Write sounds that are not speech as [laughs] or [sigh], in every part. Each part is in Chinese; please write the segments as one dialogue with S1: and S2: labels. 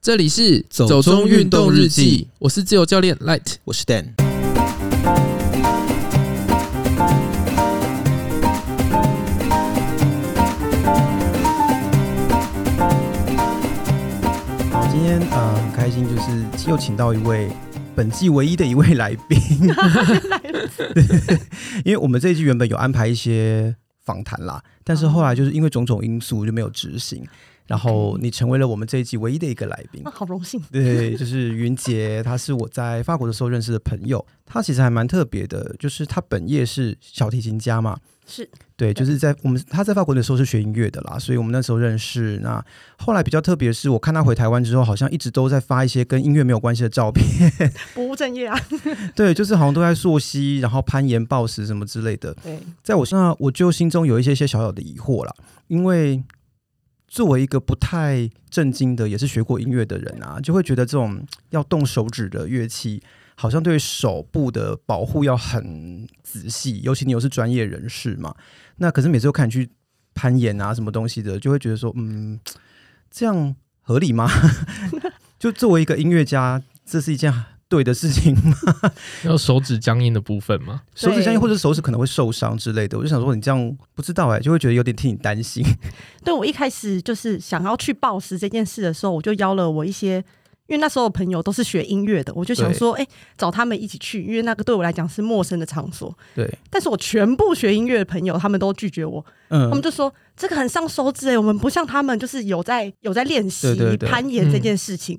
S1: 这里是
S2: 走中运动日记，
S1: 我是自由教练 Light。
S2: 我是 Dan。今天啊、呃很开心，就是又请到一位本季唯一的一位来宾，因为我们这一季原本有安排一些访谈啦，但是后来就是因为种种因素就没有执行。然后你成为了我们这一季唯一的一个来宾
S3: 那，好荣幸，
S2: 对，就是云杰，他是我在法国的时候认识的朋友，他其实还蛮特别的，就是他本业是小提琴家嘛，
S3: [laughs] 是
S2: 对，就是在我们他在法国的时候是学音乐的啦，所以我们那时候认识。那后来比较特别的是，我看他回台湾之后，好像一直都在发一些跟音乐没有关系的照片， [laughs]
S3: 不务正业啊。
S2: 对，就是好像都在溯溪，然后攀岩、暴食什么之类的。
S3: [laughs] 对，
S2: 在我身上，我就心中有一些些小小的疑惑啦，因为作为一个不太正经的，也是学过音乐的人啊，就会觉得这种要动手指的乐器，好像对手部的保护要很仔细，尤其你又是专业人士嘛。那可是每次都看你去攀岩啊，什么东西的，就会觉得说，嗯，这样合理吗？ [laughs] 就作为一个音乐家，这是一件对的事情吗？
S1: 要手指僵硬的部分吗？
S2: 手指相
S3: 对
S2: 应或者手指可能会受伤之类的，我就想说你这样不知道哎、就会觉得有点替你担
S3: [laughs]
S2: 心。
S3: 对我一开始就是想要去暴食这件事的时候，我就邀了我一些，因为那时候的朋友都是学音乐的，我就想说，哎、找他们一起去，因为那个对我来讲是陌生的场所。
S2: 对，
S3: 但是我全部学音乐的朋友，他们都拒绝我，他们
S2: 嗯，
S3: 就说这个很伤手指哎、我们不像他们，就是有在有在练习
S2: 对对对
S3: 攀岩这件事情。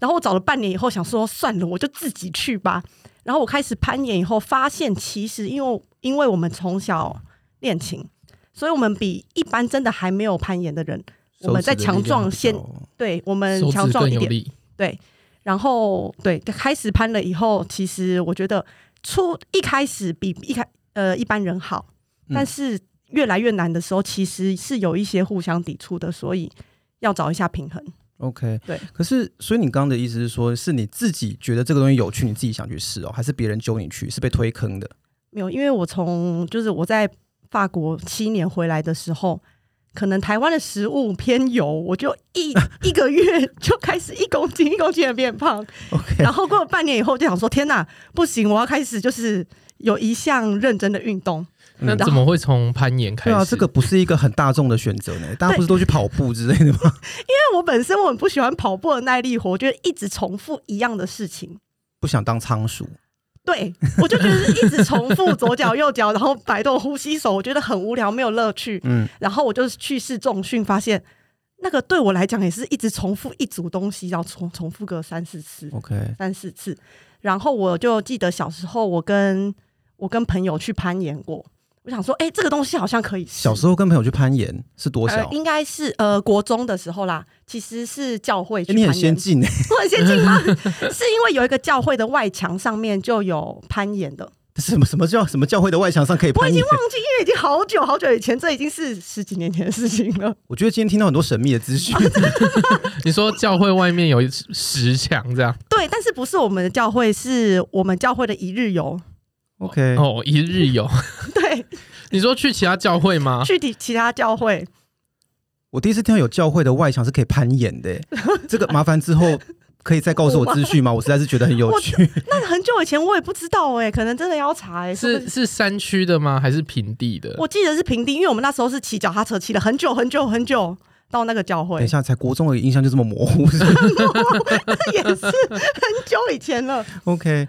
S3: 然后我找了半年以后，想说算了，我就自己去吧。然后我开始攀岩以后，发现其实因为因为我们从小练琴，所以我们比一般真的还没有攀岩的人，我们在强壮先
S2: 手指的力量比较
S3: 对我们
S1: 手
S3: 嗯强
S1: 指
S3: 壮
S1: 更
S3: 一
S1: 有
S3: 点，
S1: 力，
S3: 对。然后对，开始攀了以后，其实我觉得初一开始比一开呃一般人好，
S2: 嗯
S3: 但是越来越难的时候，其实是有一些互相抵触的，所以要找一下平衡。
S2: OK。
S3: 对，
S2: 可是所以你刚刚的意思是说，是你自己觉得这个东西有趣，你自己想去试哦，还是别人揪你去，是被推坑的？
S3: 没有，因为我从就是我在法国七年回来的时候，可能台湾的食物偏油，我就一 [laughs] 一个月就开始一公斤一公斤的变胖。 [laughs]
S2: OK
S3: 然后过了半年以后，就想说天哪，不行，我要开始就是有一项认真的运动。
S2: 嗯
S1: 那
S3: 然后
S1: 怎么会从攀岩开
S2: 对
S1: 始？
S2: 啊，这个不是一个很大众的选择呢，大家不是都去跑步之类的吗？ [laughs]
S3: 因为我本身我很不喜欢跑步的耐力活，我觉得一直重复一样的事情。
S2: 不想当仓鼠，
S3: 对，我就觉得是一直重复左脚右脚，然后摆动呼吸手，我觉得很无聊，没有乐趣。
S2: 嗯，
S3: 然后我就去试重训，发现那个对我来讲也是一直重复一组东西，要重重复个三四次， [laughs]
S2: ，OK，
S3: 三四次。然后我就记得小时候我跟我跟朋友去攀岩过，我想说，哎、这个东西好像可以试。
S2: 小时候跟朋友去攀岩是多
S3: 呃
S2: 小，？
S3: 应该是呃国中的时候啦，其实是教会去
S2: 欸 [laughs]
S3: 攀
S2: 你
S3: 岩。
S2: 很先进哎，
S3: [laughs] 我很先进吗？是因为有一个教会的外墙上面就有攀岩的，
S2: 什么什么叫什么教会的外墙上可以
S3: 我
S2: 攀
S3: 已
S2: 岩
S3: 经？忘记，因为已经好久好久以前，这已经是十几年前的事情了。
S2: 我觉得今天听到很多神秘的资
S3: [laughs]
S2: 讯，
S1: 你说教会外面有石墙这样？
S3: 对，但是不是我们的教会，是我们教会的一日游。
S2: OK，
S1: 哦，一日
S2: [laughs]
S1: 游。
S3: [laughs] 对，
S1: 你说去其他教会吗？
S3: 去其其他教会，
S2: 我第一次听到有教会的外墙是可以攀岩的欸，这个麻烦之后可以再告诉我资讯吗？我实在是觉得很有 [laughs] 趣。
S3: 那很久以前我也不知道哎、可能真的要查哎、说不
S1: 是
S3: 定
S1: 是山区的吗？还是平地的？
S3: 我记得是平地，因为我们那时候是骑脚踏车骑了很久很久很久到那个教
S2: 等
S3: 会 [laughs]
S2: 一，下，才国中的印象就这么模糊是不是
S3: 那也是很久以前了。
S2: ？OK，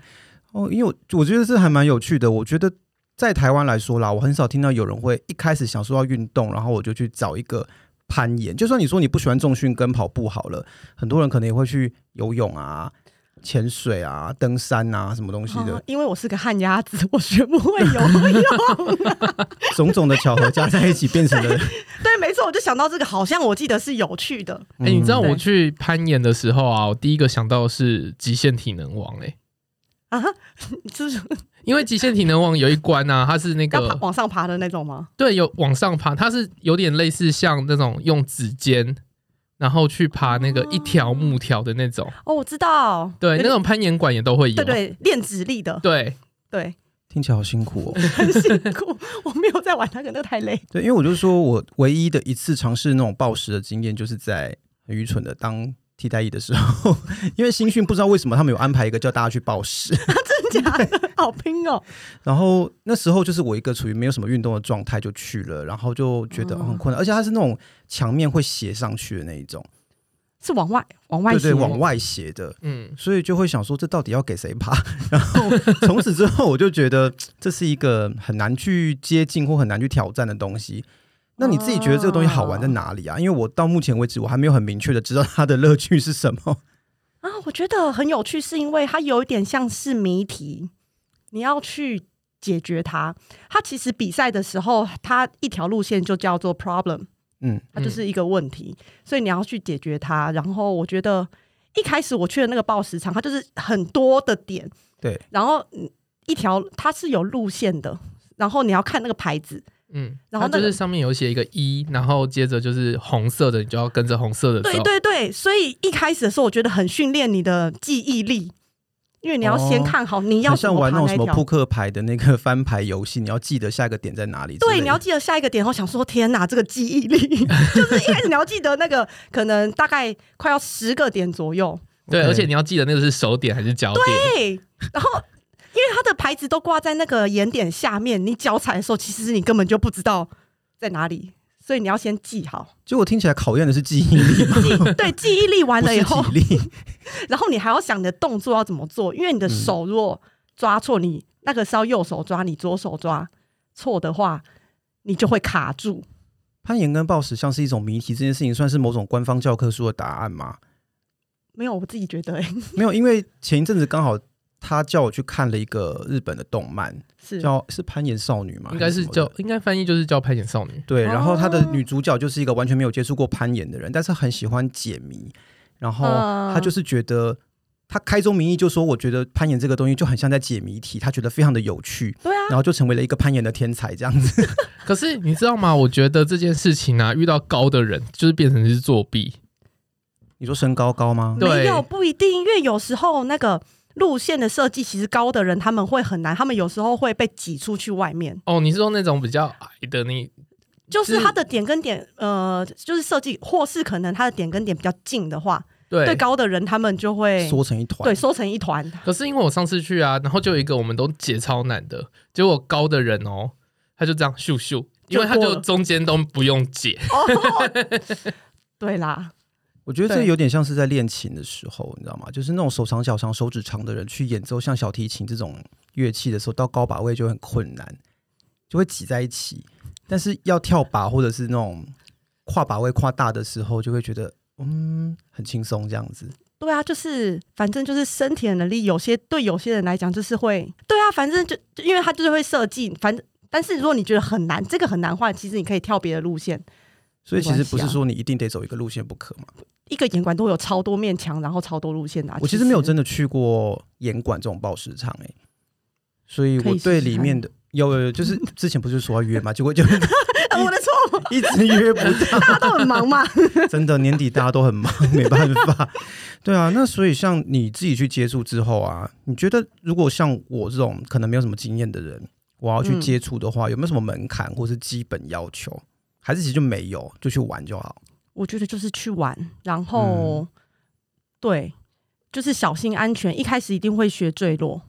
S2: 哦，因为我我觉得这还蛮有趣的。我觉得在台湾来说啦，我很少听到有人会一开始想说要运动，然后我就去找一个攀岩。就算你说你不喜欢重训跟跑步好了，很多人可能也会去游泳啊、潜水啊、登山啊什么东西
S3: 啊
S2: 的，
S3: 因为我是个旱鸭子，我学不会游泳。
S2: 种种的巧合加在一起变成了。
S3: 对，没错，我就想到这个，好像我记得是有趣的。
S2: 嗯
S1: 哎、你知道
S3: 对
S1: 我去攀岩的时候啊，我第一个想到的是《极限体能王》哎，
S3: 啊， [laughs] 就是
S1: 因为《极限体能王》有一关啊，它是那
S3: 要爬
S1: 个
S3: 往上爬的那种吗？
S1: 对有往上爬，它是有点类似像那种用指尖，然后去爬那个一条木条的那种，
S3: 哦，我知道，
S1: 对，
S3: 有
S1: 那
S3: 点
S1: 种攀岩馆也都会有，
S3: 对对练指力的，
S1: 对
S3: 对， [laughs]
S2: 听起来好辛苦哦。
S3: 很辛苦。 [laughs] 我没有在玩那个，那个太累。
S2: 对，因为我就说我唯一的一次尝试那种暴食的经验，就是在很愚蠢的当替代役的时候， [laughs] 因为新训不知道为什么他们有安排一个叫大家去报时，
S3: 真假的，好拼哦！
S2: [laughs] 然后那时候就是我一个处于没有什么运动的状态就去了，然后就觉得
S3: 嗯
S2: 哦很困难，而且它是那种墙面会斜上去的那一种，
S3: 是往外往外
S2: 对对，
S3: 斜
S2: 往外斜的，
S1: 嗯，
S2: 所以就会想说这到底要给谁爬？ [laughs] 然后从此之后我就觉得这是一个很难去接近或很难去挑战的东西。那你自己觉得这个东西好玩在哪里啊？因为我到目前为止我还没有很明确的知道它的乐趣是什么。
S3: 啊，我觉得很有趣，是因为它有一点像是谜题，你要去解决它。它其实比赛的时候，它一条路线就叫做 problem，
S2: 嗯，
S3: 它就是一个问题，所以你要去解决它。然后我觉得一开始我去的那个报时场，它就是很多的点，
S2: 对，
S3: 然后嗯一条它是有路线的，然后你要看那个牌子，
S1: 嗯，
S3: 然后
S1: 它就
S3: 那个
S1: 是上面有写一个一，然后接着就是红色的，你就要跟着红色的走。
S3: 对对对，所以一开始的时候，我觉得很训练你的记忆力，因为你要先
S2: 哦
S3: 看好你要
S2: 很
S3: 怎
S2: 像玩那
S3: 爬
S2: 种什
S3: 那一
S2: 么
S3: 条。
S2: 扑克牌的那个翻牌游戏，你要记得下一个点在哪里之类的。
S3: 对，你要记得下一个点。我想说，天哪，这个记忆力 [laughs] 就是一开始你要记得那个，可能大概快要十个点左右。
S1: 对
S2: OK
S1: 而且你要记得那个是手点还是脚点。
S3: 对，然后因为它的牌子都挂在那个眼点下面，你脚踩的时候，其实你根本就不知道在哪里，所以你要先记好。
S2: 结果听起来考验的是记忆力，
S3: 记对记忆力 [laughs] 完
S2: 不
S3: 了以
S2: 是
S3: 后
S2: 体，力。 [laughs]
S3: 然后你还要想你的动作要怎么做，因为你的手如果抓错，你那个是要右手抓，你左手抓错的话，你就会卡住。
S2: 攀岩跟暴食像是一种谜题，这件事情算是某种官方教科书的答案吗？
S3: 没有，我自己觉得、欸、
S2: 没有，因为前一阵子刚好他叫我去看了一个日本的动漫，
S3: 是
S2: 叫是攀岩少女嘛，
S1: 应该是
S2: 还什么
S1: 叫
S2: 哎的，
S1: 应该翻译就是叫攀岩少女。
S2: 对。然后她的
S3: 哦
S2: 女主角就是一个完全没有接触过攀岩的人，但是很喜欢解谜。然后
S3: 嗯
S2: 她就是觉得，她开宗明义就说，我觉得攀岩这个东西就很像在解谜题，她觉得非常的有趣，
S3: 对啊，
S2: 然后就成为了一个攀岩的天才这样子。
S1: 可是你知道吗？我觉得这件事情啊，遇到高的人就是变成是作弊。
S2: 你说身高高吗？
S1: 对
S3: 没有不一定，因为有时候那个路线的设计，其实高的人他们会很难，他们有时候会被挤出去外面，
S1: 哦，你是说那种比较矮的你？
S3: 就是
S1: 是
S3: 它的点跟点，呃，就是设计，或是可能它的点跟点比较近的话，
S1: 对
S3: 对高的人他们就会
S2: 缩成一团，
S3: 对缩成一团。
S1: 可是因为我上次去啊，然后就有一个我们都解超难的，结果高的人哦，他就这样咻咻，因为他
S3: 就过
S1: 就
S3: 了
S1: 中间都不用解。
S3: 对啦，
S2: 我觉得这
S3: 对
S2: 有点像是在练琴的时候，你知道吗？就是那种手长脚长、手指长的人去演奏像小提琴这种乐器的时候，到高把位就会很困难，就会挤在一起。但是要跳把或者是那种跨把位跨大的时候，就会觉得嗯很轻松这样子。
S3: 对啊，就是反正就是身体的能力，有些对有些人来讲就是会，对啊，反正就就因为他就是会设计，反正但是如果你觉得很难，这个很难的话，其实你可以跳别的路线。
S2: 所以其实不
S3: 没关系
S2: 是
S3: 啊
S2: 说你一定得走一个路线不可嘛。
S3: 一个演馆都会有超多面墙，然后超多路线的啊、
S2: 我其实没有真的去过演馆这种报时场哎、所以
S3: 可
S2: 我
S3: 以试试
S2: 对里面
S3: [laughs]
S2: 的有有有，就是之前不是说要约嘛，结果就 [laughs]
S3: 啊 [laughs] 我的错，
S2: 一直约不到。
S3: 大家都很忙嘛。
S2: 真的年底大家都很忙，没办法。对啊，那所以像你自己去接触之后啊，你觉得如果像我这种可能没有什么经验的人，我要去
S3: 嗯
S2: 接触的话，有没有什么门槛或是基本要求？还是其实就没有，就去玩就好。
S3: 我觉得就是去玩，然
S2: 嗯
S3: 后、对，就是小心安全。一开始一定会学坠落。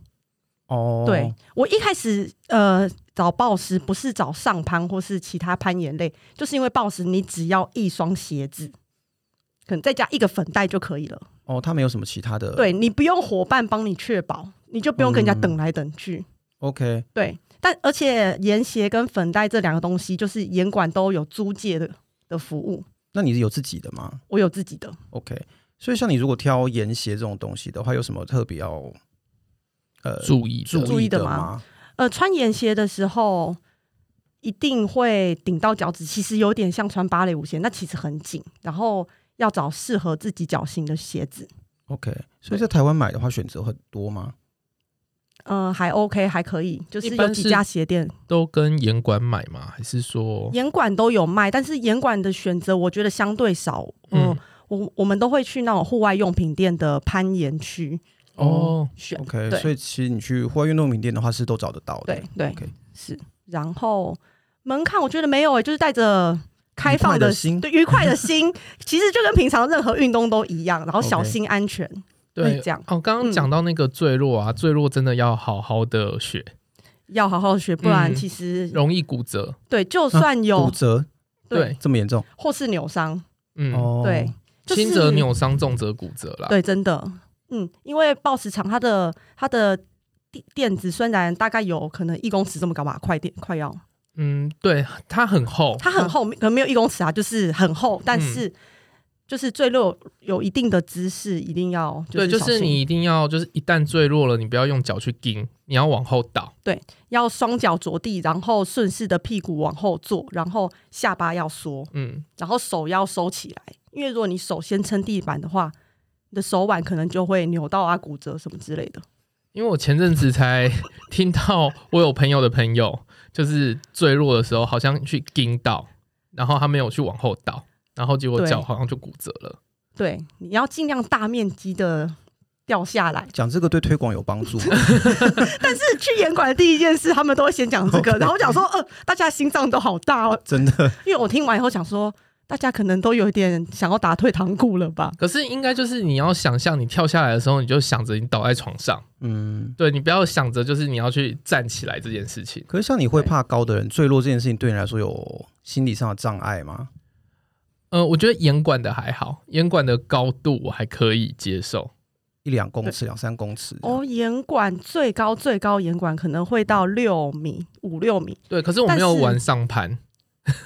S2: 哦，
S3: 对，我一开始呃找暴食不是找上攀或是其他攀岩类，就是因为暴食你只要一双鞋子。可能再加一个粉袋就可以了。
S2: 哦，他没有什么其他的。
S3: 对你不用伙伴帮你确保，你就不用跟人家
S2: 嗯
S3: 等来等去。
S2: ，OK，
S3: 对，但而且盐鞋跟粉袋这两个东西，就是盐馆都有租借的的服务，
S2: 那你是有自己的吗
S3: 我有自己的。
S2: ？OK，所以像你如果挑沿鞋这种东西的话，有什么特别要呃
S1: 注意的
S2: 注
S3: 注
S2: 意
S3: 意
S2: 的
S3: 的吗？呃，穿盐鞋的时候一定会顶到脚趾，其实有点像穿芭蕾舞鞋，那其实很紧。然后要找适合自己脚型的鞋子，
S2: OK，所以在台湾买的话选择很多吗？
S3: 呃，还 OK，还可以，就是
S1: 一
S3: 有
S1: 般
S3: 几
S1: 是哦
S3: 家鞋店
S1: 都跟严管买吗？还是说
S3: 盐馆都有卖，但是盐馆的选择我觉得相对少。
S1: 嗯
S3: 嗯，我我们都会去那种户外用品店的攀岩区
S1: 哦？
S3: 选。
S2: OK，
S3: 对
S2: 所以其实你去户外运动品店的话是都找得到的。
S3: 对对
S2: OK
S3: 是。然后门槛我觉得没有、欸，就是带着开放
S2: 愉快的心
S3: 心，对愉快的心，其实就跟平常任何运动都一样，然后小
S2: OK
S3: 心安全。
S1: 对，
S3: 会这嗯样
S1: 哦，刚刚
S3: 嗯
S1: 讲到那个坠落啊，坠落真的要好好的学，
S3: 要好好学，不然
S1: 嗯
S3: 其实、
S1: 容易骨折。
S3: 对，就算有、
S2: 骨折哎
S1: 对，
S2: 这么严重
S3: 或是扭伤，
S1: 嗯，
S2: 哦，
S3: 对，就是
S1: 轻则扭伤，重则骨折啦。，
S3: 对，真的，嗯，因为抱石场它的它的垫垫子虽然大概有可能一公尺这么高吧，快点快要，
S1: 嗯，对，它很厚，
S3: 它很厚，可能没有一公尺啊，就是很厚，
S1: 嗯
S3: 但是。就是坠落有一定的姿势，一定要
S1: 对，就是是
S3: 小心
S1: 你一定要，就是一旦坠落了，你不要用脚去盯，你要往后倒。
S3: 要双脚着地，然后顺势的屁股往后坐，然后下巴要缩，
S1: 嗯，
S3: 然后手要收起来，因为如果你手先撑地板的话，你的手腕可能就会扭到啊、骨折什么之类的。
S1: 因为我前阵子才 [laughs] 听到我有朋友的朋友，就是坠落的时候好像去盯到，然后他没有去往后倒，然后结果
S3: 对
S1: 脚好像就骨折了。
S3: 对，你要尽量大面积的掉下来。
S2: 讲这个对推广有
S3: [laughs]
S2: 帮助。
S3: 但是去严管的第一件事，他们都会先讲 [laughs] 这个，然后讲说，呃，大家心脏都好大哦，
S2: 真
S3: [laughs]
S2: 的，
S3: 因为我听完以后想说，大家可能都有一点想要打退堂鼓了吧。
S1: 可是应该就是你要想象你跳下来的时候，你就想着你倒在床上，
S2: 嗯。
S1: 对你不要想着就是你要去站起来这件事情。
S2: 可是像你会怕高的人，坠落这件事情对你来说有心理上的障碍吗？
S1: 呃，我觉得严管的还好，严管的高度我还可以接受。
S2: 一两公尺、两三公尺这样，
S3: 哦，严管最高最高严管可能会到六米五六米，
S1: 对，可是我没有
S3: 但是
S1: 玩上盘，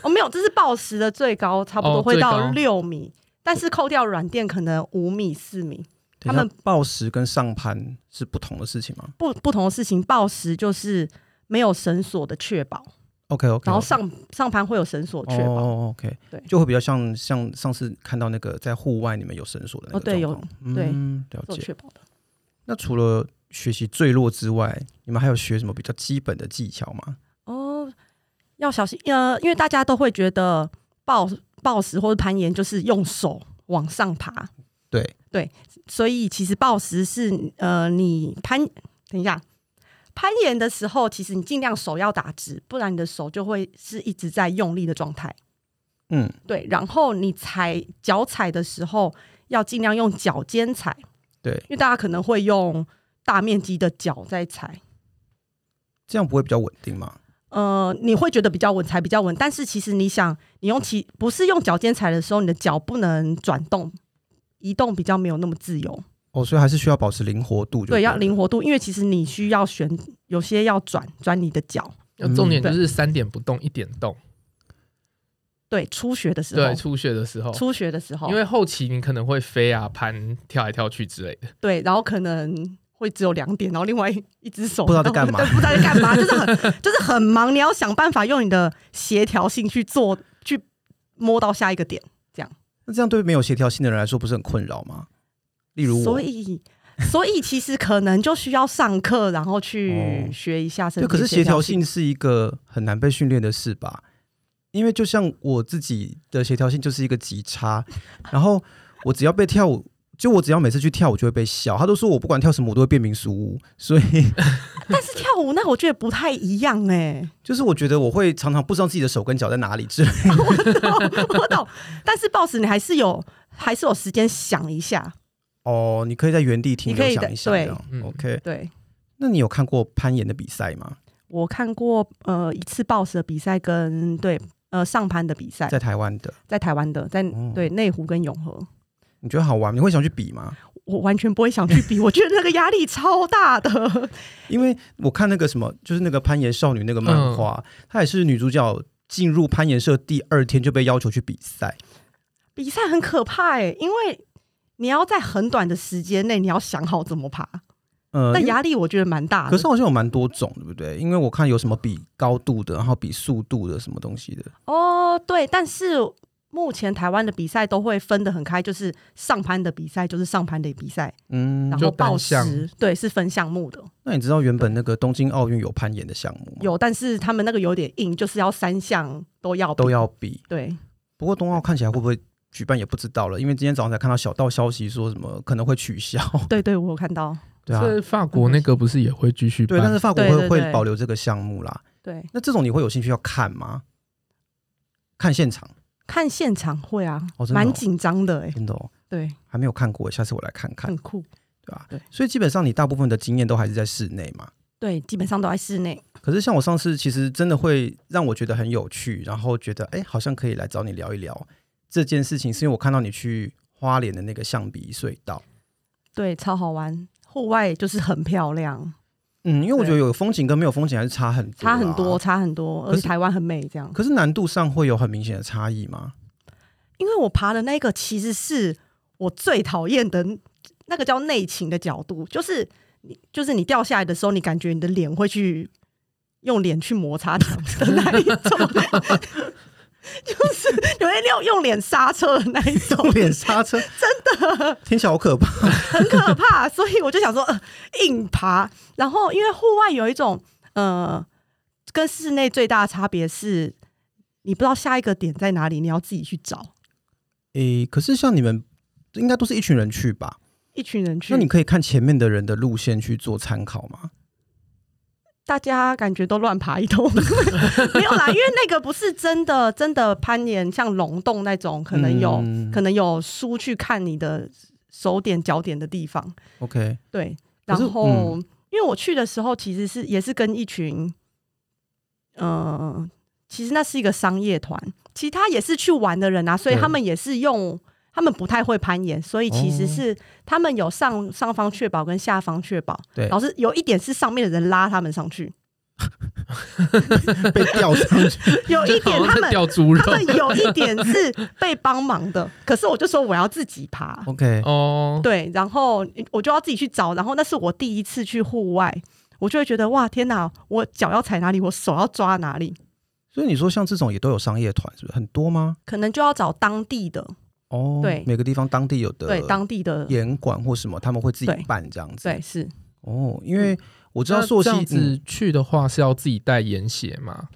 S3: 哦，没有，这是暴食的最高，差不
S1: 哦
S3: 多会
S1: 最高
S3: 到六米，但是扣掉软垫可能五米四米，
S2: 等一
S3: 他
S2: 下
S3: 们
S2: 暴食跟上盘是不同的事情吗
S3: 不不同的事情，暴食就是没有绳索的确保，
S2: ？OK OK，
S3: 然后上上盘会有绳索确保。
S2: 哦，OK，
S3: 对
S2: 就会比较像像上次看到那个在户外你们有绳索的那个
S3: 哦对
S2: 状况
S3: 对
S2: 嗯，了
S3: 做
S2: 解。
S3: 确保的，
S2: 那除了学习坠落之外，你们还有学什么比较基本的技巧吗？
S3: 哦，要小心，呃，因为大家都会觉得暴暴食或者攀岩就是用手往上爬，
S2: 对，
S3: 所以其实暴食是呃，你攀等一下攀岩的时候，其实你尽量手要打直，不然你的手就会是一直在用力的状态。
S2: 嗯，
S3: 对，然后你踩脚踩的时候要尽量用脚尖踩，
S2: 对
S3: 因为大家可能会用大面积的脚在踩，
S2: 这样不会比较稳定吗？
S3: 呃，你会觉得比较稳，踩比较稳，但是其实你想，你用其不是用脚尖踩的时候，你的脚不能转动，移动比较没有那么自由，
S2: 哦，所以还是需要保持灵活度就
S3: 对，要灵
S2: 活。
S3: 活度，因为其实你需要旋，有些要转转你的脚，
S1: 要呃重点
S3: 嗯
S1: 就是三点不动，一点动。
S3: 对，初学的时候
S1: 对，，初学的时候，
S3: 初学的时候，
S1: 因为后期你可能会飞啊、攀、跳来跳去之类的。
S3: 对，然后可能会只有两点，然后另外一一只手
S2: 不知道在干嘛
S3: 对，不知道在干嘛，就是很就是很忙，你要想办法用你的协调性去做，去摸到下一个点，
S2: 那这样对没有协调性的人来说不是很困扰吗？例如我，
S3: 所以。所以其实可能就需要上课，然后去
S2: 哦
S3: 学一下身
S2: 对，
S3: 体
S2: 可是协
S3: 调
S2: 调性是一个很难被训练的事吧？因为就像我自己的协调性就是一个极差，然后我只要被跳舞，就我只要每次去跳舞就会被笑，他都说我不管跳什么我都会变民俗舞，所以 [laughs]
S3: 但是跳舞那我觉得不太一样哎、
S2: 就是我觉得我会常常不知道自己的手跟脚在哪里之类的。
S3: 我懂。 [laughs] 但是 boss 你还是有还是有时间想一下，
S2: 哦，你可以在原地停
S3: 你
S2: 留
S3: 可以的
S2: 想一下，
S3: 对
S2: 这样
S1: 嗯
S2: OK。
S3: 对
S2: 那你有看过攀岩的比赛吗？
S3: 我看过呃一次 boss 的比赛跟对呃上盘的比赛，
S2: 在台湾的，
S3: 在台湾的，在、
S2: 哦
S3: 对内湖跟永和，
S2: 你觉得好玩吗？你会想去比吗？
S3: 我完全不会想去比，我觉得那个压力超大的。
S2: 因为我看那个什么，就是那个攀岩少女那个漫画，她也是女主角进入攀岩社第二天就被要求去比赛。
S3: 比赛很可怕哎、因为你要在很短的时间内，你要想好怎么爬，
S2: 呃，
S3: 但
S2: 因为
S3: 压力我觉得蛮大的。
S2: 可是好像有蛮多种，对不对？因为我看有什么比高度的，然后比速度的，什么东西的。
S3: 哦，对，但是目前台湾的比赛都会分得很开，就是上盘的比赛就是上盘的比赛，
S2: 嗯
S3: 然，
S1: 就
S3: 后
S1: 单
S3: 报
S1: 项
S3: 时对是分项目的，
S2: 那你知道原本那个东京奥运有攀岩的项目吗？
S3: 有，但是他们那个有点硬，就是要三项都要比
S2: 都要比。
S3: 对。
S2: 不过冬奥看起来会不会举办也不知道了，因为今天早上才看到小道消息说什么可能会取消。 [laughs]
S3: 对对，我有看到，
S2: 对啊，
S1: 所以法国那个不是也会继续
S2: 对，但
S1: 办 [laughs]
S2: 是？法国
S3: 对
S2: 会
S3: 对
S2: 会
S3: 对
S2: 保留这个项目啦。
S3: 对，
S2: 那这种你会有兴趣要看吗？看现场
S3: 看现场会啊
S2: 哦，真的哦
S3: 蛮紧张的哎、
S2: 真的、哦、
S3: 对，
S2: 还没有看过，下次我来看看
S3: 很，酷。
S2: 对吧、
S3: 对
S2: 所以基本上你大部分的经验都还是在室内嘛。
S3: 对，基本上都在室内。
S2: 可是像我上次，其实真的会让我觉得很有趣，然后觉得哎、好像可以来找你聊一聊这件事情，是因为我看到你去花莲的那个象鼻隧道，
S3: 对，超好玩。户外就是很漂亮，
S2: 嗯，因为我
S3: 对
S2: 觉得有风景跟没有风景还是差很多，
S3: 差很多，。差很多，而
S2: 啊可
S3: 且
S2: 是
S3: 台湾很美。这样，
S2: 可是难度上会有很明显的差异吗？
S3: 因为我爬的那个其实是我最讨厌的那个叫内倾的角度，就是你就是你掉下来的时候，你感觉你的脸会去用脸去摩擦墙的那一种，
S2: [laughs]
S3: 就是你会用用脸刹车的那一种
S2: 重，点刹车， [laughs] 真的听起来好可怕。
S3: 很可怕，所以我就想说、呃、硬爬。然后因为户外有一种呃，跟室内最大的差别是，你不知道下一个点在哪里，你要自己去找。
S2: [laughs] 诶、可是像你们应该都是一群人去吧？
S3: 一群人去，
S2: 那你可以看前面的人的路线去做参考吗？
S3: 大家感觉都乱爬一通， [laughs] 没有啦，因为那个不是真的真的攀岩，像龙洞那种，可能有、
S2: 嗯
S3: 可能有书去看你的手点脚点的地方，
S2: OK，
S3: 对。
S2: 可
S3: 然
S2: 是
S3: 后，因为我去的时候其实是也是跟一群，呃，其实那是一个商业团，其他也是去玩的人啊，所以
S2: 对
S3: 他们也是用。他们不太会攀岩，所以其
S2: 哦
S3: 实是他们有上上方确保跟下方确保，
S2: 对
S3: 然后是有一点是上面的人拉他们上去，
S2: 被吊上去，
S3: 有一
S1: 就
S3: 点
S1: 好
S3: 他
S1: 像在
S3: 们
S1: 钓猪肉
S3: 他们有一点是被帮忙的，可是我就说我要自己爬，
S2: [laughs]
S1: [laughs]
S2: OK，
S3: [laughs]
S1: 哦。
S3: 对，然后我就要自己去找，然后那是我第一次去户外，我就会觉得哇天哪，我脚要踩哪里，我手要抓哪里，
S2: 所以你说像这种也都有商业团，是不是很多吗？
S3: 可能就要找当地的，
S2: 哦，
S3: 对
S2: 每个地方当地有的
S3: 对，当地的，
S2: 严管或什么，他们会自己
S3: 对
S2: 办这样子。
S3: 对，是
S2: 哦，因为我知道
S1: 那
S2: 朔溪
S1: 这样
S2: 嗯
S1: 子去的话是要自己带盐鞋嘛？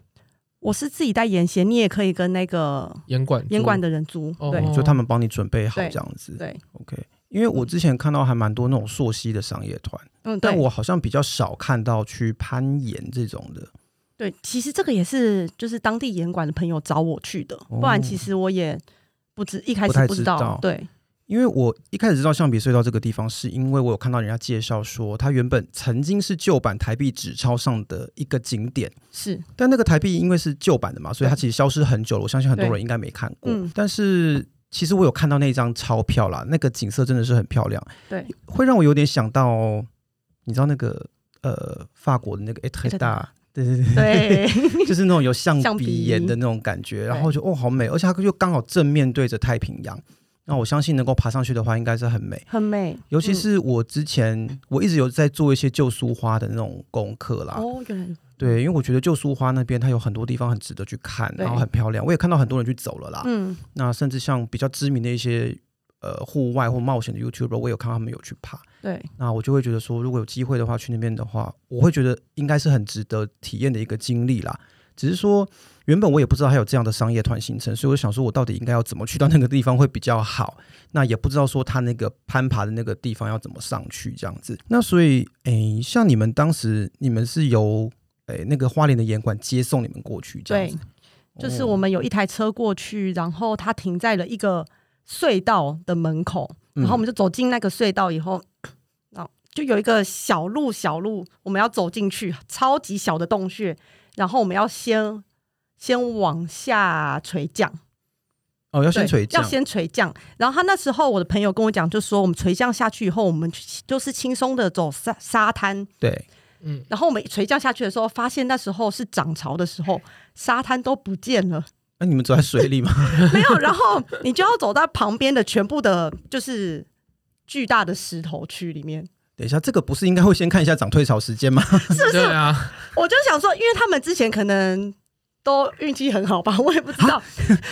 S3: 我是自己带盐鞋，你也可以跟那个
S1: 盐管
S3: 烟管
S1: 的
S3: 的人租，
S1: 哦
S3: 对
S2: 嗯就他们帮你准备好
S3: 对
S2: 这样子。
S3: 对，
S2: OK，因为我之前看到还蛮多那种朔溪的商业团，
S3: 嗯，对
S2: 哦但，我好像比较少看到去攀岩这种的。
S3: 对，其实这个也是就是当地严管的朋友找我去的，不然其实我也不知一开
S2: 不太
S3: 始不
S2: 知
S3: 知道，
S2: 道
S3: 对
S2: 因为我一开始知道象鼻隧道这个地方，是因为我有看到人家介绍说，它原本曾经是旧版台币纸钞上的一个景点，
S3: 是
S2: 但那个台币因为是旧版的嘛，所以它其实消失很久了。我相信很多
S3: 对
S2: 人应该没看过，
S3: 嗯
S2: 但是其实我有看到那张钞票啦，那个景色真的是很漂亮， [laughs]
S3: 对，
S2: 会让我有点想到，你知道那个呃法国的那个 e t 大，对对对，
S3: 对 [laughs]
S2: 就是那种有象
S3: 象
S2: 鼻
S3: 鼻
S2: 岩的那种感觉，然后就哦好美，而且它就刚好正面对着太平洋。那我相信能够爬上去的话，应该是很美。
S3: 很美，
S2: 尤其
S3: 嗯
S2: 是我之前、我一直有在做一些旧苏花的那种功课啦，
S3: 哦，原来
S2: 对，因为我觉得旧苏花那边它有很多地方很值得去看，
S3: 对
S2: 然后很漂亮。我也看到很多人去走了啦。
S3: 嗯，
S2: 那甚至像比较知名的一些呃户外或冒险的 YouTuber，我有看到他们有去爬。
S3: 对
S2: 那我就会觉得说，如果有机会的话，去那边的话，我会觉得应该是很值得体验的一个经历啦。只是说，原本我也不知道还有这样的商业团行程，所以我想说，我到底应该要怎么去到那个地方会比较好？那也不知道说他那个攀爬的那个地方要怎么上去这样子。那所以，诶，像你们当时，你们是由诶那个花莲的严管接送你们过去这样
S3: 对
S2: 子，，哦
S3: 就是我们有一台车过去，然后它停在了一个隧道的门口，
S2: 嗯
S3: 然后我们就走进那个隧道以后， [clears throat] 然后就有一个小路，小路我们要走进去，超级小的洞穴，然后我们要先先往下垂降，
S2: 哦要先
S3: 对
S2: 垂降
S3: 要，先垂降。然后他那时候我的朋友跟我讲，就说我们垂降下去以后，我们就是轻松的走沙沙滩，
S2: 对，
S1: 嗯，
S3: 然后我们垂降下去的时候，发现那时候是涨潮的时候，沙滩都不见了，
S2: 那、你们走在水里吗？ [laughs]
S3: [laughs] 没有。然后你就要走到旁边的全部的，就是巨大的石头区里面。
S2: 等一下，这个不是应该会先看一下涨退潮时
S3: [laughs]
S2: 间吗？
S1: [laughs] 对
S2: [laughs]
S1: 啊，
S3: 我就想说，因为他们之前可能都运气很好吧，我也不知道，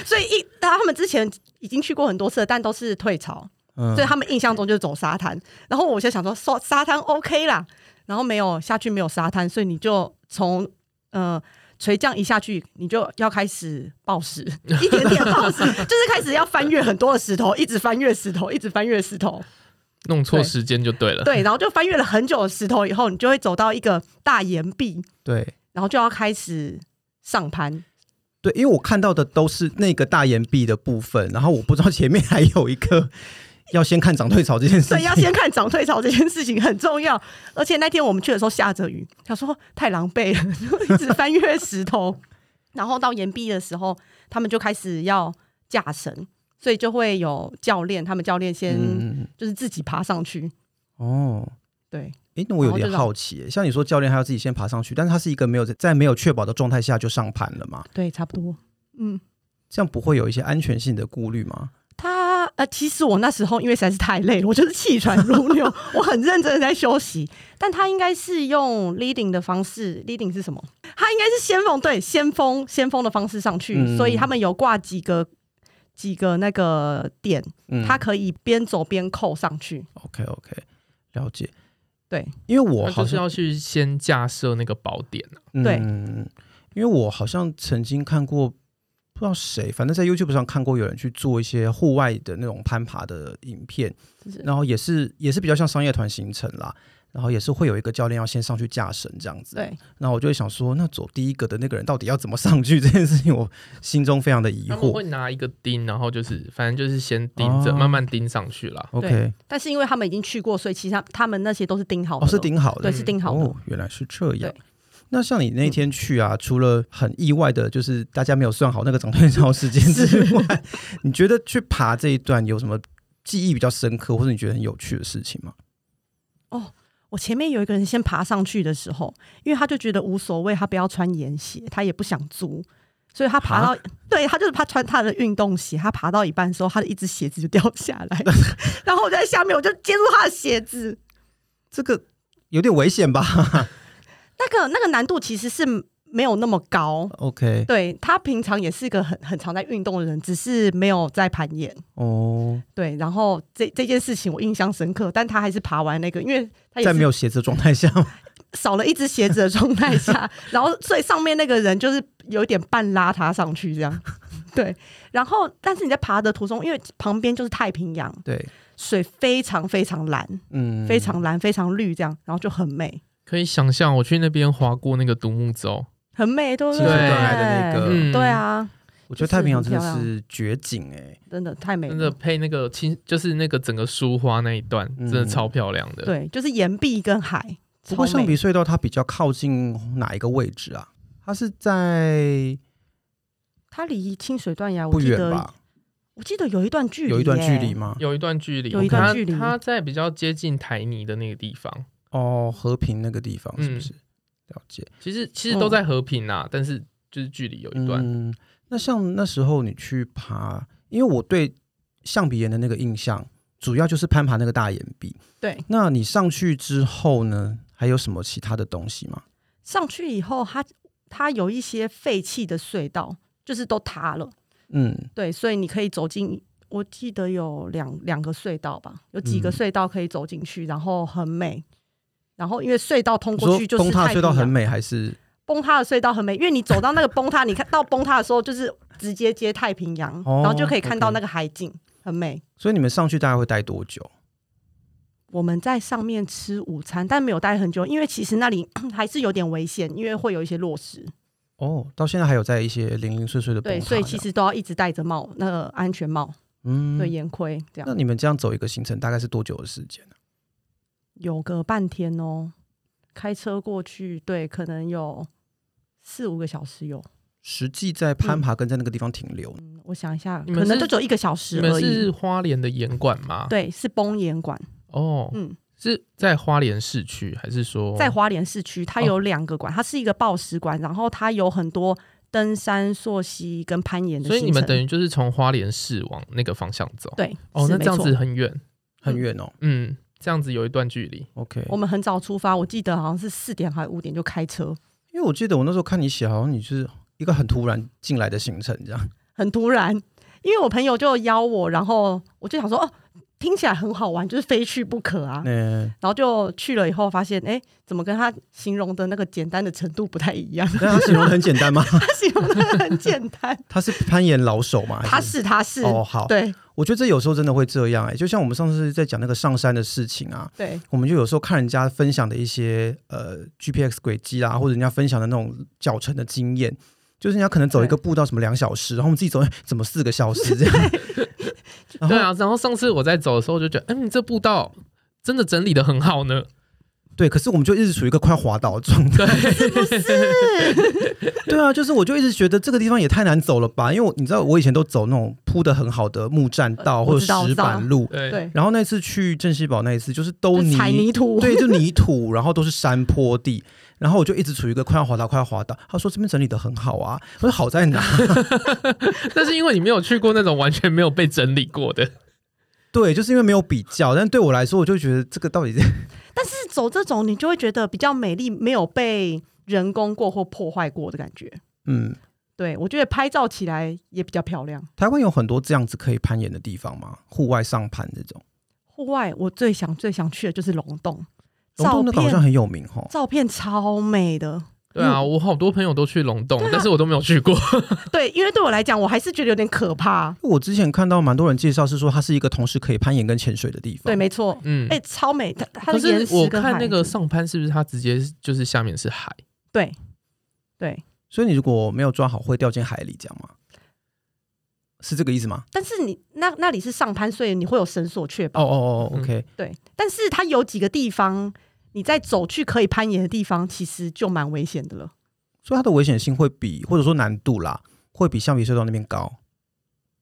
S3: 所以一他们之前已经去过很多次了，但都是退潮，
S2: 嗯
S3: 所以他们印象中就是走沙滩。然后我就想说，沙沙滩 OK 啦，然后没有下去没有沙滩，所以你就从呃。垂降一下去，你就要开始暴食，一点点暴食，就是开始要翻越很多的石头，一直翻越石头，一直翻越石头。
S1: 弄错
S3: 对
S1: 时间就对了。
S3: 对，然后就翻越了很久的石头以后，你就会走到一个大岩壁，
S2: 对。
S3: 然后就要开始上攀。
S2: 对，因为我看到的都是那个大岩壁的部分，然后我不知道前面还有一个要先看涨退潮这件事
S3: [laughs] 所以
S2: 情
S3: 要。先看涨退潮这件事情很重要。而且那天我们去的时候下着雨，想说太狼狈了， [laughs] 就一直翻越石头。 [laughs] 然后到岩壁的时候，他们就开始要架绳，所以就会有教练，他们教练先
S2: 嗯，
S3: 就是自己爬上去。
S2: 哦，
S3: 对，
S2: 诶，那我有
S3: 然后
S2: 点
S3: 这种
S2: 好奇耶，像你说教练他要自己先爬上去，但是他是一个没有在在没有确保的状态下就上盘了嘛？
S3: 对，差不多。嗯，
S2: 这样不会有一些安全性的顾虑吗？
S3: 他呃，其实我那时候因为实在是太累了，我就是气喘如牛， [laughs] 我很认真的在休息。但他应该是用 leading 的方式，leading 是什么？他应该是先锋，对，先锋先锋的方式上去，
S2: 嗯
S3: 所以他们有挂几个几个那个点，
S2: 嗯，
S3: 他可以边走边扣上去。
S2: OK OK，了解。
S3: 对，
S2: 因为我
S1: 那
S2: 好
S1: 就是
S2: 像
S1: 要去先架设那个宝典啊
S3: 对
S2: 嗯，因为我好像曾经看过，不知道谁，反正在 YouTube 上看过有人去做一些户外的那种攀爬的影片，
S3: 就是
S2: 然后也是也是比较像商业团行程啦，然后也是会有一个教练要先上去架绳这样子。
S3: 对，
S2: 然后我就会想说，那走第一个的那个人到底要怎么上去？这 [laughs] 件事情我心中非常的疑
S1: 他们会
S2: 惑。
S1: 拿一个钉，然后就是反正就是先钉着，
S2: 哦
S1: 慢慢钉上去啦。
S2: OK，
S3: 对但是因为他们已经去过，所以其实他他们那些都是钉好的，
S2: 哦，是顶好的，
S3: 对，是钉好的。
S2: 哦，原来是这样
S3: 对。嗯
S2: 那像你那天去啊，除了很意外的，就是大家没有算好那个涨退潮时间之外，你觉得去爬这一段有什么记忆比较深刻，或者你觉得很有趣的事情吗？
S3: 我前面有一个人先爬上去的时候，因为他就觉得无所谓，他不要穿岩鞋，他也不想租，所以他爬到， [laughs] 对他就是怕穿他的运动鞋，他爬到一半的时候，他的一只鞋子就掉下来，然后我在下面我就接住他的鞋子，
S2: 这个有点危险吧
S3: 那个那个难度其实是没有那么高。
S2: ？OK，
S3: [laughs] 对他平常也是个很很常在运动的人，只是没有在攀岩。
S2: 哦，
S3: 对，然后这这件事情我印象深刻，但他还是爬完那个，因为他也
S2: 在
S3: 是
S2: 没有鞋子的状态下，
S3: 少了一只鞋子的状态下，然后所以上面那个人就是有一点半拉他上去这样，对。然后，但是你在爬的途中，因为旁边就是太平洋，
S2: 对，
S3: 水非常非常蓝，
S2: 嗯，
S3: [laughs] 非常蓝，非常绿，这样，然后就很美，
S1: 可以想象，我去那边划过那个独木舟，
S3: 很美，对不
S2: 清
S3: 对？
S2: 水断崖的那个，
S1: 嗯
S3: 对啊，
S2: 我觉得太平洋真的
S3: 就是很漂
S2: 是绝景哎、
S3: 真的太美
S1: 真的
S3: 了。
S1: 配那个青，就是那个整个书花那一段，
S2: 嗯
S1: 真的超漂亮的。，
S3: 对，就是岩壁跟海，
S2: 不过
S3: 超美
S2: 象鼻隧道它比较靠近哪一个位置啊？它是在
S3: 它离清水断崖，我
S2: 不
S3: 记
S2: 远
S3: 得
S2: 吧？
S3: 我记得有一段距离耶，
S2: 有一段距离吗？
S1: 有一段距离，
S3: 有一段
S1: 它
S3: 距离
S1: 它在比较接近台泥的那个地方。
S2: 哦，和平那个地方
S3: 嗯
S2: 是不是？了解
S1: 其实其
S3: 哦
S1: 实都在和平啦，但是就是距离有一段。
S2: 嗯，那像那时候你去爬，因为我对象鼻岩的那个印象，主要就是攀爬那个大岩壁。
S3: 对，
S2: 那你上去之后呢，还有什么其他的东西吗？
S3: 上去以后，它它有一些废弃的隧道，就是都塌了。
S2: 嗯，
S3: 对，所以你可以走进，我记得有两两个隧道吧，有几个
S2: 嗯
S3: 隧道可以走进去，然后很美。然后因为隧道通
S2: 你
S3: 过
S2: 说
S3: 去就是
S2: 崩塌
S3: 太
S2: 隧道
S3: 平洋
S2: 很，美，还是
S3: 崩塌的隧道很美，因为你走到那个崩塌，你看到崩塌的时候就是直接接太平洋，
S2: 哦
S3: 然后就可以看到
S2: OK
S3: 那个海景，很美。
S2: 所以你们上去大概会待多久？
S3: 我们在上面吃午餐，但没有待很久，因为其实那里 [clears throat] 还是有点危险，因为会有一些落石，
S2: 哦，到现在还有在一些零零碎碎的崩
S3: 对，
S2: 塌这
S3: 所
S2: 样。
S3: 以其实都要一直戴着帽，那个安全帽，
S2: 嗯
S3: 对，眼盔这样
S2: 那。你们这样走一个行程大概是多久的时间呢、
S3: 有个半天哦，开车过去，对，可能有四五个小时有。
S2: 实际在攀爬跟在那个地方停留，
S3: 嗯，我想一下，
S1: 你们
S3: 可能
S1: 是
S3: 就只有一个小
S1: 你
S3: 时
S1: 们
S3: 而
S1: 是
S3: 已。
S1: 花莲的岩馆吗？，
S3: 对，是崩岩馆，
S1: 哦，
S3: 嗯，
S1: 是在花莲市区还是说
S3: 在花莲市区，
S1: 哦
S3: 它有两个馆，它是一个报石馆，然后它有很多登山、溯溪跟攀岩的
S1: 所
S3: 行程。
S1: 以你们等于就是从花莲市往那个方向走。
S3: 对，
S1: 哦，
S3: 是
S1: 那
S3: 没
S1: 这样
S3: 错
S1: 子很远。
S2: 很远哦。
S1: 嗯，这样子有一段距离。
S2: OK，
S3: 我们很早出发，我记得好像是四点还是五点就开车，
S2: 因为我记得我那时候看你写，好像你是一个很突然进来的行程这样。
S3: 很突然，因为我朋友就邀我，然后我就想说，哦，听起来很好玩，就是非去不可啊。
S2: 嗯，
S3: 然后就去了以后，发现哎，诶怎么跟他形容的那个简单的程度不太一样？ [laughs]
S2: 但他形容得很简单吗？ [laughs]
S3: 他形容的很简单，
S2: 他是攀岩老手吗？还
S3: 他是他是，
S2: 哦，好，
S3: 对
S2: 我觉得这有时候真的会这样哎、就像我们上次在讲那个上山的事情啊，
S3: 对
S2: 我们就有时候看人家啊分享的一些呃 GPX 轨迹啦，或者人家分享的那种脚程的经验，就是人家可能走一个步道什么两小时，然后我们自己走哎怎么四个小时这样。然
S1: 对
S2: 后
S1: 啊，然后上次我在走的时候就觉得，嗯，这步道真的整理的很好呢。
S2: 对，可是我们就一直处于一个快要滑倒的状态。
S1: 对，
S2: 对啊，就是我就一直觉得这个地方也太难走了吧，因为我你知道我以前都走那种铺的很好的木栈道
S3: 呃
S2: 或
S3: 我
S2: 者
S3: 知道
S2: 石板路，
S1: 对
S3: 对，
S2: 然后那次去镇西堡那一次就是都
S3: 就
S2: 泥
S3: 踩泥
S2: [laughs]
S3: 土，
S2: 对，就泥土，然后都是山坡地，然后我就一直处于一个快要滑倒、快要滑倒。他说这边整理的很好啊，我说好在哪？ [laughs]
S1: 但是因为你没有去过那种完全没有被整理过的，
S2: 对，就是因为没有比较，但对我来说，我就觉得这个到底是 [laughs]
S3: 但是走这种你就会觉得比较美丽，没有被人工过或破坏过的感觉。
S2: 嗯，
S3: 对我觉得拍照起来也比较漂亮。
S2: 台湾有很多这样子可以攀岩的地方吗？户外上攀这种，
S3: 户外我最想最想去的就是龙洞，
S2: 龙
S3: 照
S2: 洞那个好像
S3: 片
S2: 很有名哦。
S3: 照片超美的。
S1: 对啊，
S3: 嗯
S1: 我好多朋友都去龙洞，
S3: 啊
S1: 但是我都没有去
S3: [laughs]
S1: 过。
S3: 对，因为对我来讲，我还是觉得有点可怕。
S2: 我之前看到蛮多人介绍是说，它是一个同时可以攀岩跟潜水的地方。
S3: 对，没错。
S1: 嗯，
S3: 哎、超美，它它
S1: 可
S3: 的岩
S1: 是我
S3: 石跟
S1: 看
S3: 海
S1: 那个上攀是不是它直接就是下面是海？
S3: 对对，
S2: 所以你如果没有抓好，会掉进海里，这样吗？是这个意思吗？
S3: 但是你那那里是上攀，所以你会有绳索确保。
S2: 哦哦哦
S1: 嗯
S2: ，OK，
S3: 对，但是它有几个地方，你在走去可以攀岩的地方，其实就蛮危险的了。
S2: 所以它的危险性会比或者说难度啦，会比橡皮隧道那边高。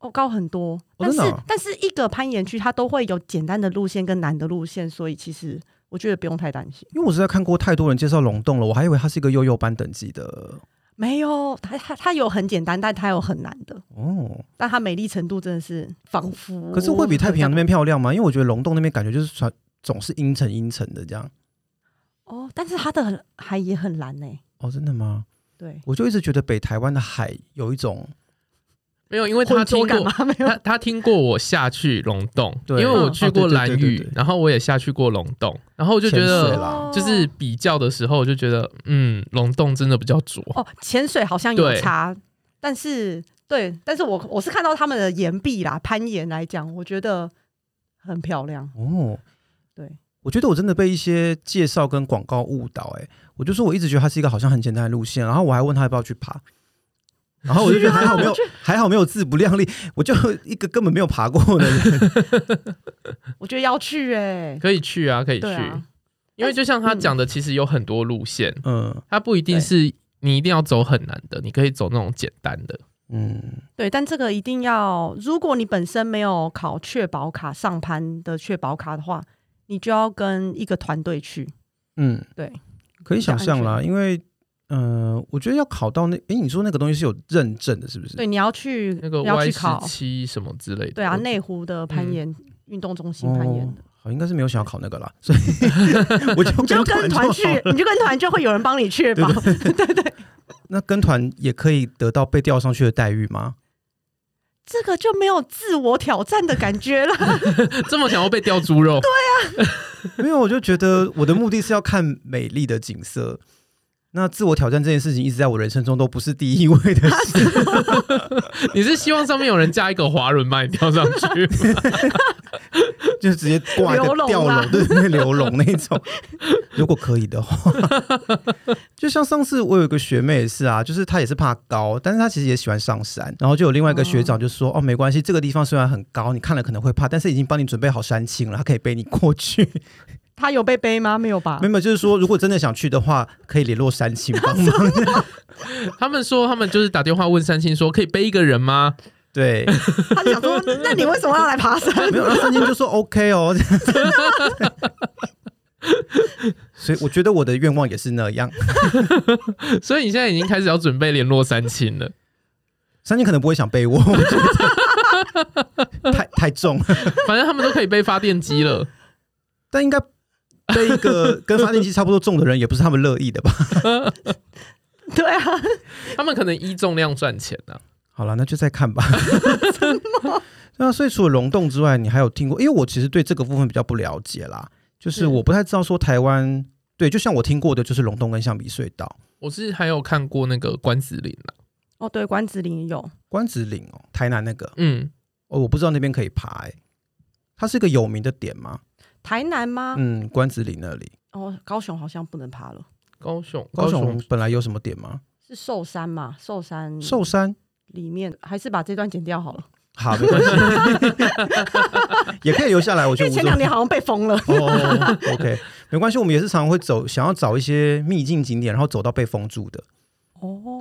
S3: 哦，高很多，
S2: 哦
S3: 但
S2: 真的
S3: 是、
S2: 哦
S3: 但是一个攀岩区它都会有简单的路线跟难的路线，所以其实我觉得不用太担心。
S2: 因为我实在看过太多人介绍龙洞了，我还以为它是一个幼幼班等级的
S3: 没有，它它它有很简单，但它有很难的，
S2: 哦。
S3: 但它美丽程度真的是仿佛。
S2: 可是会比太平洋那边漂亮吗？因为我觉得龙洞那边感觉就是船总是阴沉阴沉的这样。
S3: 哦，但是它的海也很蓝呢、
S2: 哦，真的吗？
S3: 对，
S2: 我就一直觉得北台湾的海有一种
S1: 没有，因为他
S3: 浑
S1: 听
S3: 浊感
S1: 过
S3: 吗？没有
S1: 他他听过我下去龙洞，因
S2: 对
S1: 为我去过
S2: 嗯
S1: 蓝
S2: 哦对对对对
S1: 屿
S2: 对，
S1: 然后我也下去过龙洞，然后我就觉
S2: 潜水
S1: 得
S2: 啦哦
S1: 啊就是比较的时候，我就觉得嗯，龙洞真的比较浊。
S3: 哦，潜水好像有
S1: 对
S3: 差，但是对，但是我我是看到他们的岩壁啦，攀岩来讲，我觉得很漂亮。
S2: 哦，
S1: [laughs]
S3: 对，
S2: 我觉得我真的被一些介绍跟广告误导、欸。哎，我就说我一直觉得它是一个好像很简单的路线，然后我还问他要不要去爬，然后我就觉得还好
S3: [laughs]
S2: 没有还好没有自不量力，我就一个根本没有爬过的人。
S3: [laughs] 我觉得要去哎、
S1: 可以去啊，可以去，
S3: 对啊，
S1: 因为就像他讲的，其实有很多路线，
S2: 嗯
S1: 它不一定
S3: 对
S1: 是你一定要走很难的，你可以走那种简单的。
S2: 嗯，
S3: 对，但这个一定要，如果你本身没有考确保卡上攀的确保卡的话，你就要跟一个团队去。
S2: 嗯，
S3: 对，
S2: 可以想象
S3: 比较安
S2: 啦，因为呃，我觉得要考到那，诶，你说那个东西是有认证的，是不是？
S3: 对，你要去，
S1: 那个
S3: 你要
S1: Y
S3: 去
S1: 十
S3: 考。
S1: 七什么之类的，
S3: 对啊，
S1: 我
S3: 内湖的攀
S1: 嗯
S3: 岩、运动中心攀岩
S2: 哦
S3: 的，
S2: 好，应该是没有想要考那个啦， [laughs]
S3: [laughs]
S2: 所以我就
S3: 你就跟团
S1: [laughs]
S3: 去
S2: 就好，了
S3: 你就跟团就会有人帮你确保。
S2: 那跟团也可以得到被调上去的待遇吗？
S3: 这个就没有自我挑战的感觉了。
S1: 这么想要被吊猪肉，
S2: [laughs] 没有，我就觉得我的目的是要看美丽的景色。那自我挑战这件事情一直在我人生中都不是第一位的事。
S1: 你是希望上面有人架一个滑轮把你吊上去吗？
S2: 就直接挂一个
S3: 流笼
S2: 吊
S3: 啦
S2: 笼，对对对，流笼那种。如果可以的话， [laughs] 就像上次我有一个学妹也是啊，就是她也是怕高，但是她其实也喜欢上山。然后就有另外一个学长就说：“哦，没关系，这个地方虽然很高，你看了可能会怕，但是已经帮你准备好山青了，他可以背你过去。
S3: 他有被背吗？没有吧
S2: 没？有，就是说如果真的想去的话，可以联络山青帮忙。
S1: 他们说他们就是打电话问三星说可以背一个人吗？
S2: 对，
S3: 他就想
S2: [laughs]
S3: 说，那你为什么要来爬山？
S2: 没有，那三金就说 OK 哦。 [laughs] 所以我觉得我的愿望也是那样。
S1: 所以你现在已经开始要准备联络三星了。
S2: 三金可能不会想背我，我觉得太太重，
S1: 反正他们都可以背发电机了，
S2: 但应该背一个跟发电机差不多重的人，也不是他们乐意的吧？
S3: 对啊，
S1: 他们可能依重量赚钱啊。
S2: 好了，那就再看吧。 [laughs] 对啊，所以除了溶洞之外，你还有听过？因为我其实对这个部分比较不了解啦，就是
S3: 嗯
S2: 我不太知道说台湾对，就像我听过的，就是溶洞跟橡皮隧道、
S1: 我是还有看过那个关子岭啊，
S3: 哦，对，关子岭有，
S2: 关子岭哦，台南那个
S1: 嗯，
S2: 哦，我不知道那边可以爬、欸，它是一个有名的点吗？
S3: 台南吗？
S2: 嗯，关子岭那里，
S3: 哦，高雄好像不能爬了，
S1: 高雄，
S2: 高
S1: 高
S2: 雄本来有什么点吗？
S3: 是是寿山嘛？寿山
S2: 寿山
S3: 里面还是把这段剪掉好
S2: [laughs]
S3: 了，
S2: 好，没关系， [laughs] 也可以留下来，我
S3: 因
S2: 觉
S3: 为
S2: 得无
S3: 前
S2: 所
S3: 两
S2: 谓
S3: 年。好像被封了。
S2: 哦，OK，没关系，我们也是常常会走，想要找一些秘境景点，然后走到被封住的。
S3: 哦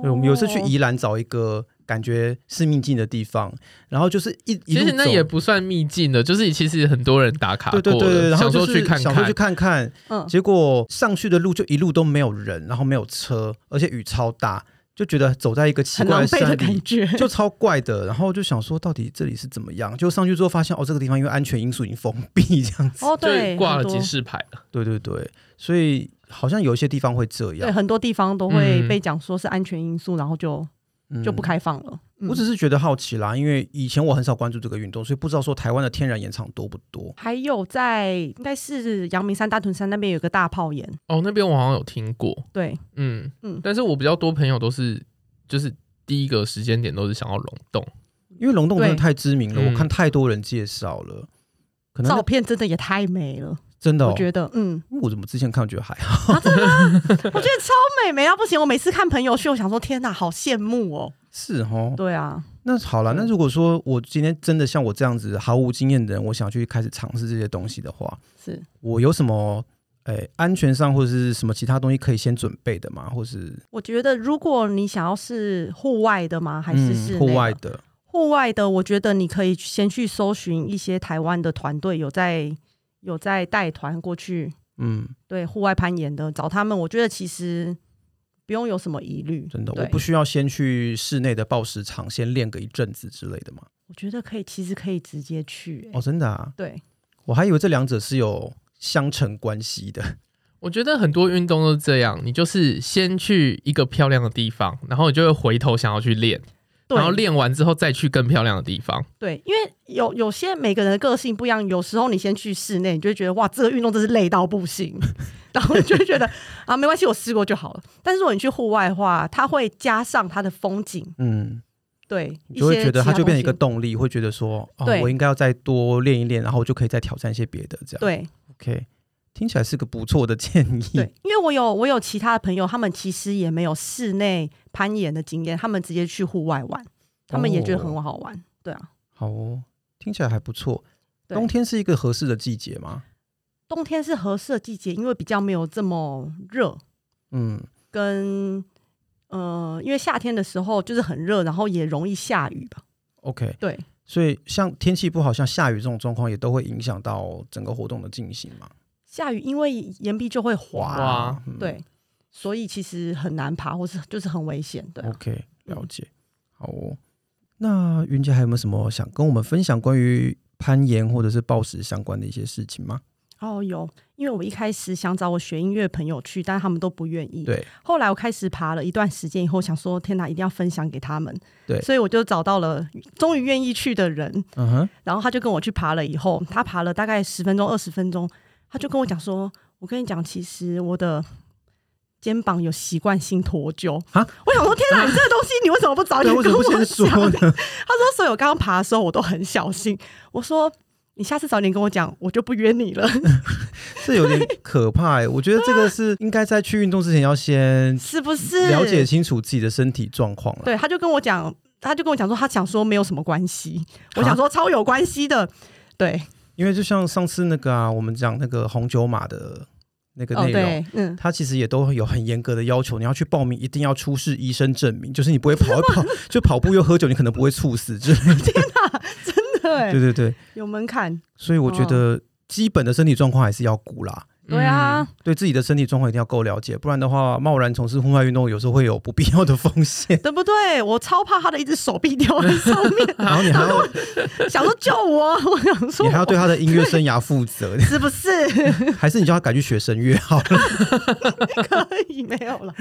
S2: [laughs] 对，我们有一次去宜兰找一个感觉是秘境的地方，然后就是一一
S1: 其
S2: 路
S1: 实那
S2: 走
S1: 也不算秘境的，就是其实很多人打卡
S2: 对
S1: 过
S2: 对对对，
S1: 了
S2: 然后
S1: 想
S2: 就
S1: 说
S2: 是
S1: 去看
S2: 想说
S1: 看
S2: 去，看看，
S3: 嗯，
S2: 结果上去的路就一路都没有人，然后没有车，而且雨超大，就觉得走在一个奇
S3: 很
S2: 怪
S3: 狼狈
S2: 山
S3: 的
S2: 里
S3: 感，觉，
S2: 就超怪的。然后就想说，到底这里是怎么样？就上去之后发现，哦，这个地方因为安全因素已经封闭这
S3: [laughs]
S2: 样子。
S3: [laughs] 哦
S1: 就
S3: 对，
S1: 挂了
S3: 很多
S1: 警示牌了。
S2: 对对对，所以好像有一些地方会这
S3: 对，
S2: 样，
S3: 很多地方都会
S1: 嗯
S3: 被讲说是安全因素，然后就
S2: 嗯
S3: 就不。开放了。嗯
S2: 我只是觉得好奇啦，因为以前我很少关注这个运动，所以不知道说台湾的天然盐场多不多。
S3: 还有在应该是阳明山、大屯山那边有个大炮岩，
S1: 哦，那边我好像有听过，
S3: 对，
S1: 嗯
S3: 嗯
S1: 嗯，但是我比较多朋友都是就是第一个时间点都是想要溶洞，
S2: 因为龙洞真的
S3: 对
S2: 太知名了，
S1: 嗯
S2: 我看太多人介绍了，可能
S3: 照
S2: 那
S3: 片真的也太美了，
S2: 真的、哦，
S3: 我觉得，嗯，
S2: 我怎么之前看觉得还好，
S3: 我觉得超美，美啊到不行。我每次看朋友圈，我想说，天哪，好羡慕哦。
S2: 是哦。
S3: 对啊，
S2: 那好了，
S3: 对
S2: 那如果说我今天真的像我这样子毫无经验的人，我想去开始尝试这些东西的话，
S3: 是
S2: 我有什么诶、安全上或者是什么其他东西可以先准备的吗？或是
S3: 我觉得，如果你想要是户外的吗？还是
S2: 嗯
S3: 是
S2: 户外？的？
S3: 户外的，我觉得你可以先去搜寻一些台湾的团队有在有在带团过去，
S2: 嗯，
S3: 对户外攀岩的，找他们。我觉得其实不用有什么疑虑，
S2: 真的，
S3: 对
S2: 我不需要先去室内的暴食场先练个一阵子之类的吗？
S3: 我觉得可以，其实可以直接去、欸
S2: 哦，真的啊，
S3: 对，
S2: 我还以为这两者是有相乘关系
S3: [laughs]
S2: 的。
S1: 我觉得很多运动都是这样，你就是先去一个漂亮的地方，然后你就会回头想要去练，
S3: 对
S1: 然后练完之后再去更漂亮的地方。
S3: 对，因为有有些每个人的个性不一样，有时候你先去室内，你就会觉得哇，这个运动真是累到不行， [laughs] 然后你就会觉得啊，没关系，我试过就好了。但是如果你去户外的话，它会加上它的风景，
S2: 嗯，
S3: 对，
S2: 你就会觉得它
S3: 它
S2: 就变成一个动力，会觉得说，哦
S3: 对，
S2: 我应该要再多练一练，然后我就可以再挑战一些别的，这样。
S3: 对
S2: ，OK，听起来是个不错的建
S3: 对
S2: 议。，
S3: 因为我有我有其他的朋友，他们其实也没有室内攀岩的经验，他们直接去户外玩，他们也觉得很好玩，对啊。
S2: 哦好哦，听起来还不错。
S3: 对
S2: 冬天是一个合适的季节吗？
S3: 冬天是合适的季节，因为比较没有这么热，
S2: 嗯，
S3: 跟呃，因为夏天的时候就是很热，然后也容易下雨吧。
S2: OK，
S3: 对，
S2: 所以像天气不好，像下雨这种状况，也都会影响到整个活动的进行嘛。
S3: 下雨因为岩壁就会滑，
S1: 哇
S2: 嗯
S3: 对，所以其实很难爬，或是就是很危险。对啊，
S2: ，OK，
S3: 嗯
S2: 了解。好哦，那云姐还有没有什么想跟我们分享关于攀岩或者是暴食相关的一些事情吗？
S3: 哦有，因为我一开始想找我学音乐朋友去，但他们都不愿意。
S2: 对，
S3: 后来我开始爬了一段时间以后，想说天哪，一定要分享给他们。
S2: 对
S3: 所以我就找到了终于愿意去的人，
S2: 嗯哼，
S3: 然后他就跟我去爬了，以后他爬了大概十分钟、二十分钟，他就跟我讲说：“我跟你讲，其实我的肩膀有习惯性脱臼。”
S2: 啊
S3: 我想说，天哪，你这个东西哦你为什么不早
S2: 对，
S3: 点
S2: 为什
S3: 跟
S2: 么不
S3: 我
S2: 先说呢？
S3: 讲？
S2: [laughs]
S3: 他说：“所以我刚刚爬的时候我都很小心。”我说：“你下次早点跟我讲，我就不约你
S2: [laughs]
S3: 了，
S2: 这有点可怕、欸。我觉得这个是应该在去运动之前要先
S3: 是不是？”
S2: 了解。清楚自己的身体状况了。
S3: 对，他就跟我讲，他就跟我讲说，他想说没有什么关系。
S2: 啊
S3: 我想说超有关系的。对，
S2: 因为就像上次那个啊，我们讲那个红酒马的那个
S3: 哦，
S2: 内容。
S3: 对，
S2: [laughs]
S3: 嗯，
S2: 它其实也都有很严格的要求，你要去报名，一定要出示医生证明，就是你不会跑一
S3: [laughs]
S2: 跑，就跑步又喝酒，你可能不会猝死之类的。对
S3: 对，
S2: 对对，
S3: 有门槛。
S2: 所以我觉得基本的身体状况还是要顾啦，
S3: 对啊。。
S1: 嗯
S2: 对自己的身体状况一定要够了解，不然的话，贸然从事户外运动有时候会有不必要的风险
S3: [laughs] 对不对？我超怕他的一只手臂掉在上面，
S2: 然后你还要，
S3: 想说救我，我想说
S2: 你还要对他的音乐生涯负责， [laughs]
S3: 是不是 [laughs]
S2: 还是你叫他改去学声乐好了？
S3: 可以没有了？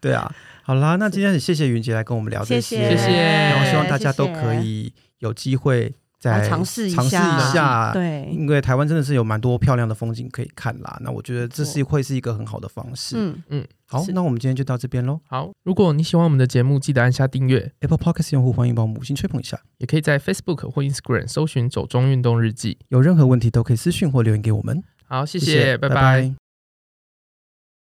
S2: 对啊，好啦，那今天很谢谢云杰来跟我们聊这
S1: 谢
S2: 些，
S1: 谢
S2: 然后希望大家
S3: 谢谢
S2: 都可以有机会
S3: 来
S2: 再
S3: 尝试一下，
S2: 尝试一下，
S3: 对，
S2: 因为台湾真的是有蛮多漂亮的风景可以看啦。那我觉得这是会是一个很好的方式。
S3: 嗯，
S2: 好，
S3: 是
S2: 那我们今天就到这边喽。
S1: 好，如果你喜欢我们的节目，记得按下订阅，
S2: Apple Podcast 用户欢迎帮我们五星吹捧一下，
S1: 也可以在 Facebook 或 Instagram 搜寻“走中运动日记
S2: 有任何问题都可以私讯或留言给我们。”。
S1: 好，谢
S2: 谢谢
S1: 拜拜